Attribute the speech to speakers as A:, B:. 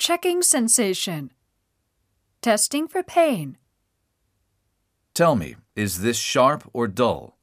A: checking sensation, testing for pain.
B: Tell me, is this sharp or dull?